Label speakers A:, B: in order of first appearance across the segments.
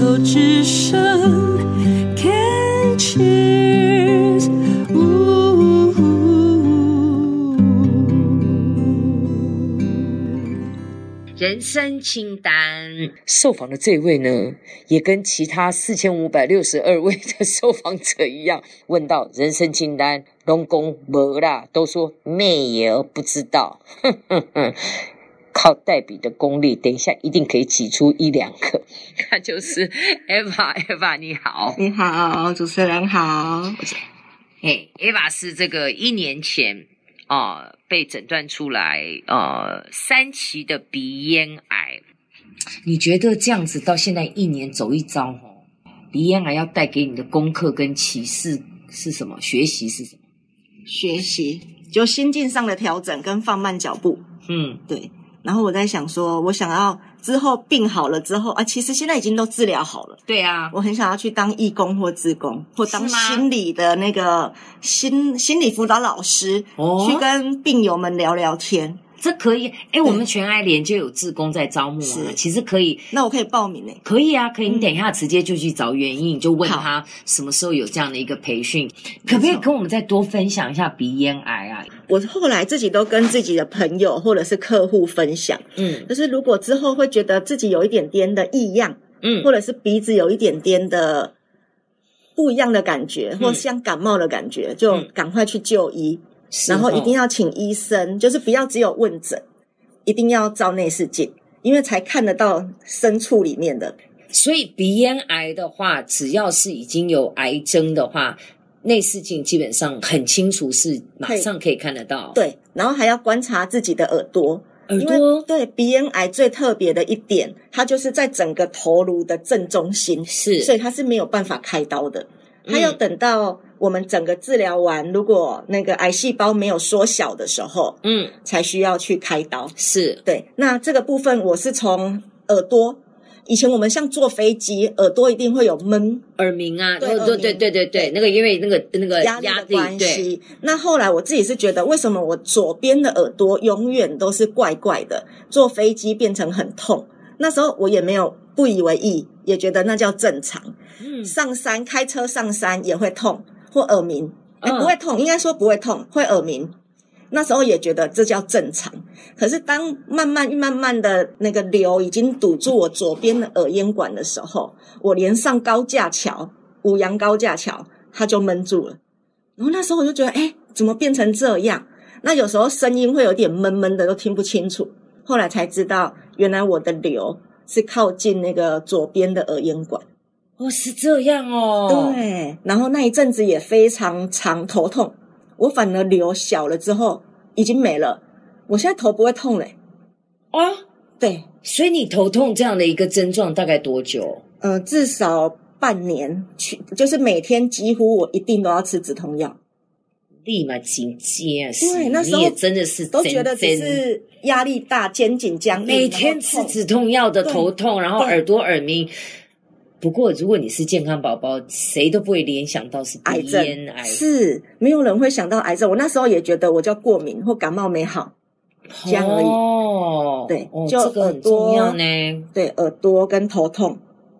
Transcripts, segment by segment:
A: 后只剩 can cheers。
B: 人生清单，
C: 受访的这位呢，也跟其他四千五百六十二位的受访者一样，问到人生清单，龙公没啦，都说没有，不知道。 哼哼哼，靠代笔的功力，等一下一定可以挤出一两个。 那就是 Eva，Eva 你好，
D: 你好，哦主持人好。
B: 哎，Eva 是这个一年前啊、呃被诊断出来呃三期的鼻咽癌。你觉得这样子到现在一年走一遭哦，鼻咽癌要带给你的功课跟启示是什么？学习是什么？
D: 学习就心境上的调整跟放慢脚步，
B: 嗯
D: 对。然后我在想说，我想要之后病好了之后啊，其实现在已经都治疗好了，，
B: 对啊，
D: 我很想要去当义工或志工，或当
B: 是吗
D: 心理的那个心心理辅导老师，
B: 哦
D: 去跟病友们聊聊天。
B: 这可以。哎，我们全爱联就有志工在招募啊
D: 是，
B: 其实可以。
D: 那我可以报名呢、
B: 可以啊，可以。
D: 嗯
B: 你等一下直接就去找原因，你就问
D: 好
B: 他什么时候有这样的一个培训，可不可以跟我们再多分享一下鼻咽癌啊？
D: 我后来自己都跟自己的朋友或者是客户分享，
B: 嗯
D: 就是如果之后会觉得自己有一点点的异样，
B: 嗯
D: 或者是鼻子有一点点的不一样的感觉，或
B: 嗯
D: 像感冒的感觉，就赶快去就医，然后一定
B: 要
D: 要请医
B: 哦
D: 生，就是不要只有问诊，一定要照内视镜，因为才看得到深处里面的。
B: 所以鼻咽癌的话，只要是已经有癌症的话，内视镜基本上很清楚，是马上可以看得到。，
D: 对，然后还要观察自己的耳朵，
B: 耳
D: 因为
B: 朵
D: 对鼻咽癌最特别的一点，它就是在整个头颅的正中心，
B: 是
D: 所以它是没有办法开刀的。
B: 嗯
D: 它要等到我们整个治疗完，如果那个癌细胞没有缩小的时候，
B: 嗯
D: 才需要去开刀。
B: 是
D: 对，那这个部分我是从耳朵。以前我们像坐飞机，耳朵一定会有闷
B: 耳鸣啊，
D: 对
B: 对
D: 耳
B: 对
D: 鸣
B: 对对对对，那个因为那个那个
D: 压力
B: 压
D: 的
B: 力
D: 关
B: 对，
D: 系。那后来我自己是觉得，为什么我左边的耳朵永远都是怪怪的，坐飞机变成很痛？那时候我也没有不以为意，也觉得那叫正常。
B: 嗯
D: 上山开车上山也会痛，或耳鸣，哎、
B: 嗯
D: 不会痛，应该说不会痛，会耳鸣。那时候也觉得这叫正常，可是当慢慢慢慢的那个瘤已经堵住我左边的耳咽管的时候，我连上高架桥，五羊高架桥，它就闷住了。然后那时候我就觉得，哎，怎么变成这样？那有时候声音会有点闷闷的，都听不清楚。后来才知道，原来我的瘤是靠近那个左边的耳咽管。
B: 哦是这样哦，
D: 对，然后那一阵子也非常常头痛，我反而瘤小了之后已经没了，我现在头不会痛嘞。
B: 哦，
D: 对，
B: 所以你头痛这样的一个症状大概多久？
D: 嗯、至少半年去，就是每天几乎我一定都要吃止痛药，
B: 立马紧接啊！
D: 对那时候
B: 你也真的是
D: 都觉得
B: 真真
D: 只是压力大、肩颈僵硬，
B: 每天吃止痛药的头痛，然后
D: 对
B: 耳朵耳鸣。不过，如果你是健康宝宝，谁都不会联想到是
D: 癌
B: 鼻
D: 症
B: 咽癌，
D: 是没有人会想到癌症。我那时候也觉得我叫过敏或感冒没好，这样而已
B: 哦，
D: 对
B: 哦，
D: 就
B: 这个很重要呢。
D: 对，耳朵跟头痛还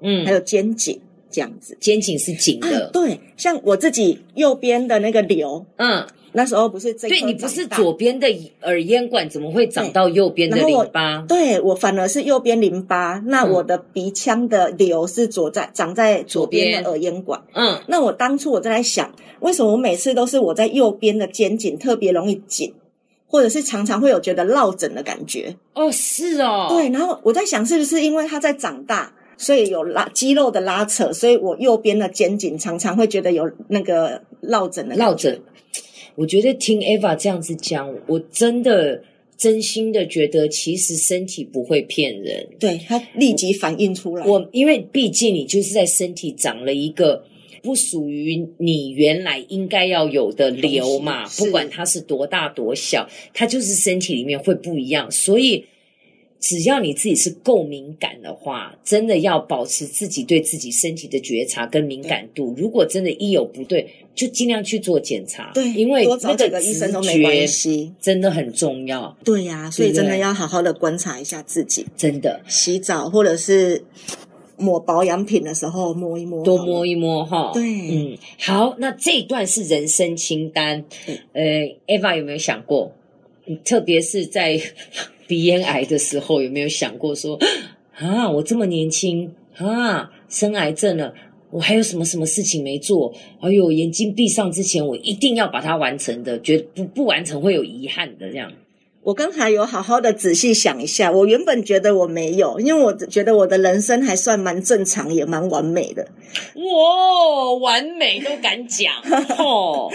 B: 嗯，
D: 有肩颈这样子。
B: 肩颈是紧
D: 啊，
B: 的，
D: 对，像我自己右边的那个瘤，
B: 嗯，
D: 那时候不是这颗
B: 对你不是
D: 啊长大
B: 左，边的耳咽管怎么会长到右边的
D: 然后我
B: 淋巴？
D: 对我反而是右边淋巴，那
B: 嗯
D: 我的鼻腔的瘤是左在长在左边的
B: 左
D: 耳咽管。
B: 嗯，
D: 那我当初我就在想，为什么我每次都是我在右边的肩颈特别容易紧，或者是常常会有觉得落枕的感觉？
B: 哦，是哦，
D: 对，然后我在想，是不是因为它在长大？所以有拉肌肉的拉扯，所以我右边的肩颈常常会觉得有那个落枕的感觉
B: 落枕。我觉得听 Eva 这样子讲，我真的真心的觉得，其实身体不会骗人。
D: 对，它立即反映出来。
B: 我因为毕竟你就是在身体长了一个不属于你原来应该要有的瘤嘛，
D: 东西是
B: 不管它是多大多小，它就是身体里面会不一样，所以。只要你自己是够敏感的话，真的要保持自己对自己身体的觉察跟敏感度。如果真的一有不对，就尽量去做检查，
D: 对，
B: 因为
D: 多找
B: 那
D: 几
B: 个
D: 个医生都
B: 直
D: 没关
B: 觉
D: 系。
B: 真的很重要，
D: 对呀、所以
B: 对不对
D: 真的要好好的观察一下自己，
B: 真的。
D: 洗澡或者是抹保养品的时候摸一摸，
B: 多摸一摸哈。
D: 对
B: 嗯，好，那这一段是人生清单。
D: 嗯
B: 呃，Eva 有没有想过， 特别是在 鼻咽癌的时候，有没有想过说 啊，我这么年轻啊，生癌症了。我还有什么什么事情没做？哎呦，眼睛闭上之前，我一定要把它完成的，绝不不完成会有遗憾的。这样，
D: 我刚才有好好的仔细想一下，我原本觉得我没有，因为我觉得我的人生还算蛮正常，也蛮完美的。
B: 哇，完美都敢讲 哦，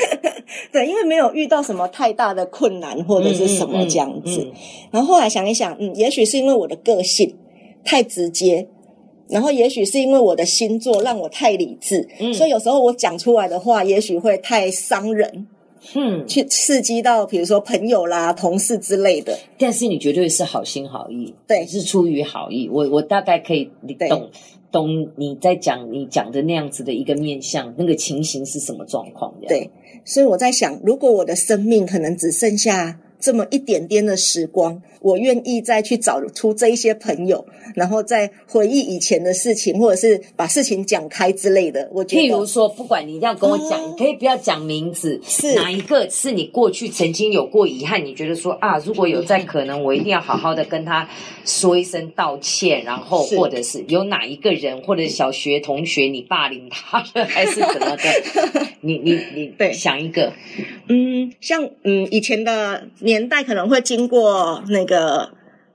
D: 对，因为没有遇到什么太大的困难或者是什么这样
B: 嗯
D: 子。
B: 嗯嗯嗯
D: 然后后来想一想，嗯，也许是因为我的个性太直接，然后也许是因为我的星座让我太理智，
B: 嗯
D: 所以有时候我讲出来的话，也许会太伤人，
B: 嗯，
D: 去刺激到比如说朋友啦、同事之类的。
B: 但是你绝对是好心好意，
D: 对
B: 是出于好意。我我大概可以你
D: 对
B: 懂懂你在讲你讲的那样子的一个面向，那个情形是什么状况？这样，
D: 对，所以我在想，如果我的生命可能只剩下这么一点点的时光，我愿意再去找出这一些朋友，然后再回忆以前的事情，或者是把事情讲开之类的。我觉
B: 譬如
D: 得，
B: 说，不管你一定要跟我讲，
D: 哦
B: 你可以不要讲名字，
D: 是
B: 哪一个是你过去曾经有过遗憾？你觉得说啊，如果有再可能，我一定要好好的跟他说一声道歉，然后
D: 是
B: 或者是有哪一个人或者小学同学你霸凌他了，还是怎么 的？你你你，
D: 对
B: 想一个，
D: 嗯，像嗯以前的年代可能会经过那个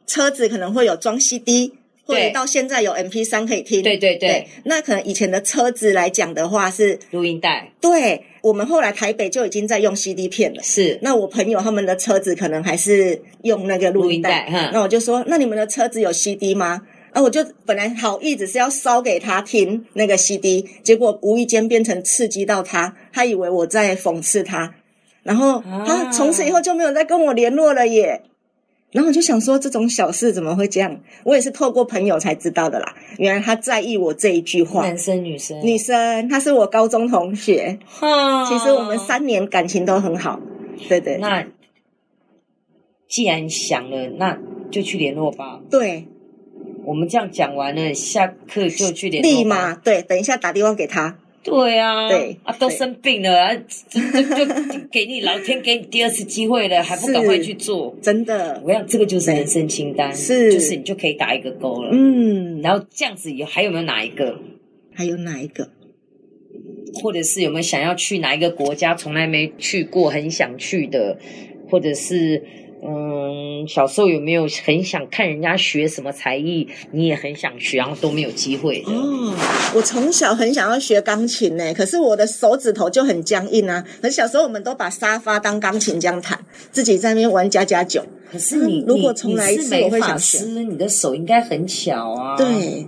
D: 车子可能会有装 CD。或者
B: 对
D: 到现在有 M P 三可以听，
B: 对对对
D: 那可能以前的车子来讲的话是，
B: 录音带
D: 对我们后来台北就已经在用 C D 片了，
B: 是。
D: 那我朋友他们的车子可能还是用那个录音带
B: 录音带嗯，
D: 那我就说，那你们的车子有 CD 吗？啊，我就本来好意只是要烧给他听那个 CD，结果无意间变成刺激到他，他以为我在讽刺他，然后
B: 啊
D: 他从此以后就没有再跟我联络了耶。然后我就想说，这种小事怎么会这样？我也是透过朋友才知道的啦。原来他在意我这一句话。
B: 男生女生，
D: 女生，她是我高中同学，
B: 哈
D: 其实我们三年感情都很好。对对，
B: 那既然想了，那就去联络吧。
D: 对，
B: 我们这样讲完了，下课就去联络吧
D: 立马对，等一下打电话给他。
B: 对啊，
D: 对
B: 啊，都
D: 对
B: 生病了，啊、就就 就给你老天给你第二次机会了，还不赶快去做？
D: 真的，
B: 我想这个就是
D: 对
B: 人生清单，
D: 是
B: 就是你就可以打一个勾了。
D: 嗯，
B: 然后这样子有还有没有哪一个，
D: 还有哪一个？
B: 或者是有没有想要去哪一个国家从来没去过很想去的，或者是嗯小时候有没有很想看人家学什么才艺，你也很想学，然后都没有机会的。
D: 哦，我从小很想要学钢琴呢，可是我的手指头就很僵硬啊。可是小时候我们都把沙发当钢琴这样弹，自己在那边玩加加酒。
B: 可是你
D: 嗯如
B: 你
D: 果重来一
B: 你是
D: 次我
B: 美
D: 会
B: 发
D: 想学
B: 师，你的手应该很巧啊。，
D: 对，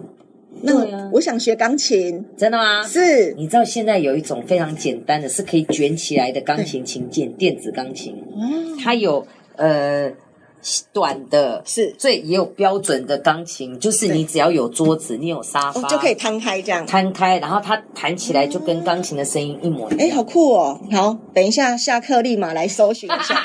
D: 那我,、
B: 对啊
D: 我想学钢琴，
B: 真的吗？
D: 是
B: 你知道现在有一种非常简单的，是可以卷起来的钢琴琴键，电子钢琴，
D: 哦，
B: 它有呃短的，
D: 是
B: 最也有标准的钢琴，就是你
D: 对
B: 只要有桌子，你有沙
D: 哦
B: 发，
D: 就可以摊开这样。
B: 摊开，然后它弹起来就跟钢琴的声音一模一
D: 哎，
B: 样。
D: 好酷哦！好，等一下下课立马来搜寻一 下。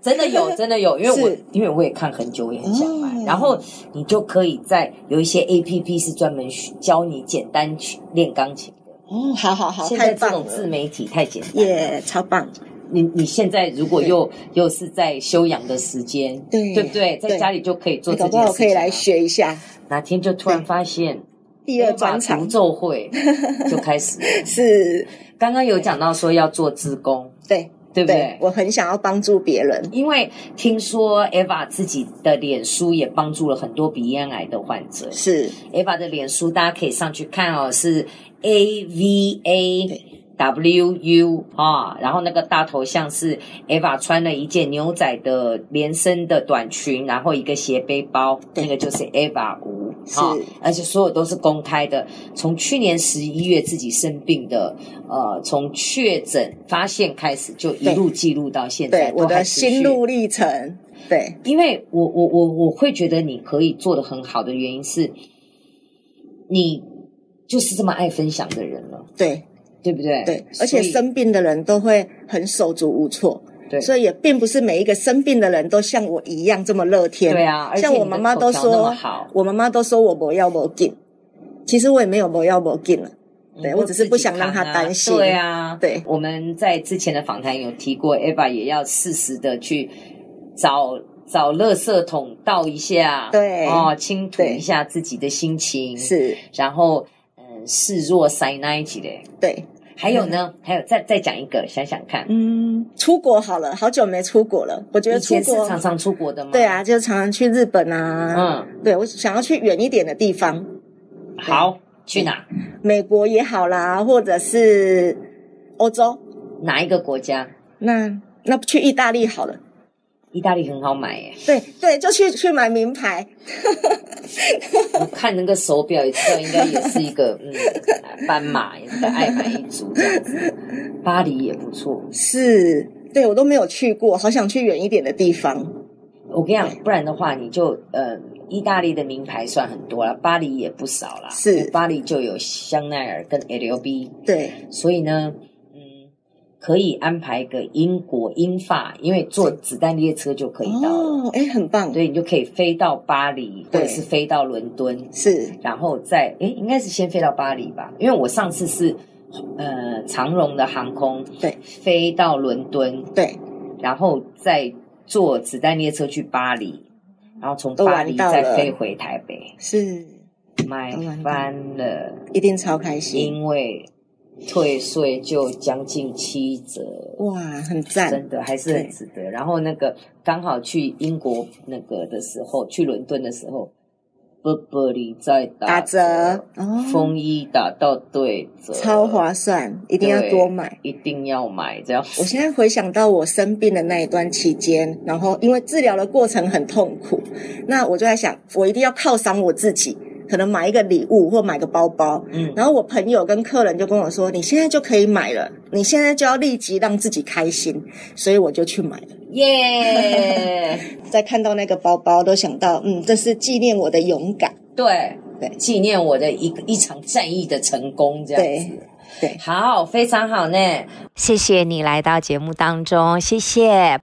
B: 真的有，真的有，因为我
D: 是
B: 因为我也看很久，我也很想买。
D: 哦
B: 然后你就可以在有一些 A P P 是专门学教你简单去练钢琴的。
D: 哦，好好好，
B: 现在
D: 太
B: 这
D: 棒
B: 种自
D: 了，
B: 媒体太简单了。
D: 耶超棒！
B: 你你现在如果
D: 对
B: 又又是在休养的时间，
D: 对
B: 对不对？在
D: 对
B: 家里就可以做
D: 你
B: 这
D: 搞
B: 件事情啊、
D: 不好可以来学一下
B: 哪天就突然发现
D: 第二专
B: 魔
D: 场
B: 法独。奏 会就开始了。
D: 是，
B: 刚刚有讲到说要做自工，
D: 对
B: 对不对？
D: 我很想要帮助别人，
B: 因为听说 Eva 自己的脸书也帮助了很多鼻咽癌的患者。
D: 是
B: Eva 的脸书大家可以上去看哦，是 A V A
D: 对
B: W U 啊，然后那个大头像是 Eva 穿了一件牛仔的连身的短裙，然后一个斜背包，
D: 对
B: 那个就是 Eva 吴
D: 是
B: 啊，而且所有都是公开的。从去年十一月自己生病的，呃，从确诊发现开始就一路记录到现在，
D: 对我
B: 都还
D: 的
B: 持续
D: 心路历程，对，
B: 因为我我我我会觉得你可以做的很好的原因是，你就是这么爱分享的人了，
D: 对，
B: 对不对？
D: 对，而且
B: 所以
D: 生病的人都会很手足无措，
B: 对
D: 所以也并不是每一个生病的人都像我一样这么乐天，
B: 对啊，而且
D: 像我
B: 你的
D: 妈妈都
B: 口条那么
D: 说
B: 好，
D: 我妈妈都说我不要不紧，其实我也没有我要我进了，对
B: 嗯
D: 我只是不想让他担心
B: 自己扛啊对啊，
D: 对
B: 我们在之前的访谈有提过，Eva 也要适时的去找找垃圾桶倒一下，
D: 对
B: 哦，倾吐
D: 对
B: 一下自己的心情，，
D: 是
B: 然后嗯，示弱塞那一集的。
D: 对，
B: 还有呢，还有再再讲一个，想想看，
D: 嗯，出国好了，好久没出国了，我觉
B: 以
D: 得出
B: 前是
D: 国
B: 常常出国的吗？
D: 对啊，，就常常去日本啊，
B: 嗯，
D: 对我想要去远一点的地方，
B: 好，去哪？
D: 美国也好啦，或者是欧洲，
B: 哪一个国家？
D: 那那去意大利好了。
B: 意大利很好买耶，
D: 对对，就去去买名牌，
B: 我看那个手表也知道，应该也是一 个嗯，斑马也是个爱买一族这样子。巴黎也不错，
D: 是，对我都没有去过，好想去远一点的地方。
B: 我跟你讲，不然的话你就呃，意大利的名牌算很多了，巴黎也不少啦。
D: 是
B: 巴黎就有香奈儿跟 LV，
D: 对，
B: 所以呢，嗯，可以安排个英国英法，因为坐子弹列车就可以到了，
D: 哦，哎，很棒，
B: 对你就可以飞到巴黎或
D: 对
B: 者是飞到伦敦，
D: 是，
B: 然后再诶，应该是先飞到巴黎吧，因为我上次是呃长荣的航空
D: 对
B: 飞到伦敦，
D: 对，
B: 然后再坐子弹列车去巴黎，然后从
D: 都
B: 巴
D: 玩
B: 黎
D: 到
B: 再
D: 了
B: 飞回台北，
D: 是，
B: 买
D: 都玩到
B: 翻了，
D: 一定超开心，
B: 因为退税就将近七折。
D: 哇，很
B: 嗯
D: 赞，
B: 真的还是很值得。然后那个刚好去英国那个的时候，去伦敦的时候，Burberry 在
D: 打折
B: 折，
D: 哦
B: 风衣打到对折，
D: 超划算，一
B: 一
D: 定要多买。，
B: 一定要买这样。
D: 我现在回想到我生病的那一段期间，然后因为治疗的过程很痛苦，那我就在想，我一定要犒赏我自己，可能买一个礼物或买个包包。
B: 嗯，
D: 然后我朋友跟客人就跟我说：“你现在就可以买了，你现在就要立即让自己开心。”所以我就去买了。
B: 耶，
D: 再看到那个包包，都想到，嗯，这是纪念我的勇敢。
B: 对
D: 对
B: 纪念我的一个一场战役的成功这样子。
D: 对对
B: 好，非常好呢。谢谢你来到节目当中，谢谢。